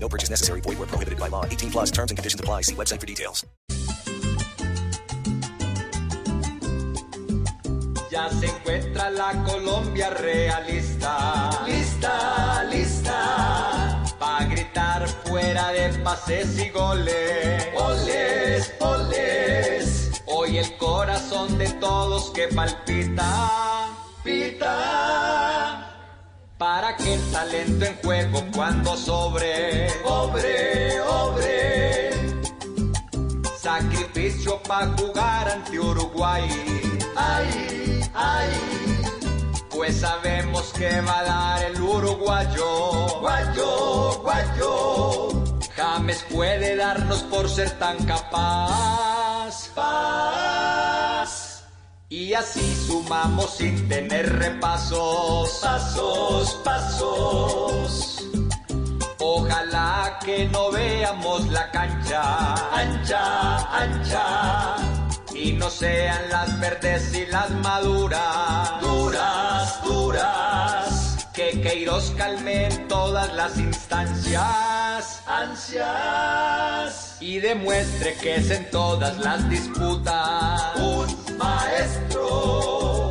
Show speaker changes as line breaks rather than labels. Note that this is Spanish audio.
No purchase necessary. Void where prohibited by law. 18 plus terms and conditions apply. See website for details.
Ya se encuentra la Colombia realista. Lista, lista. Pa' gritar fuera de pases y goles. Goles, goles. Hoy el corazón de todos que palpita. Pita. Para que el talento en juego cuando sobre. Obre, obre. Sacrificio para jugar ante Uruguay. Ay, ay. Pues sabemos que va a dar el uruguayo. Guayo, guayo. James puede darnos por ser tan capaz. Paz. Y así sumamos sin tener repasos. Pasos, pasos. Ojalá que no veamos la cancha ancha, ancha. Y no sean las verdes y las maduras, duras, duras. Que Queiroz calme en todas las instancias, ansias. Y demuestre que es en todas las disputas un maestro.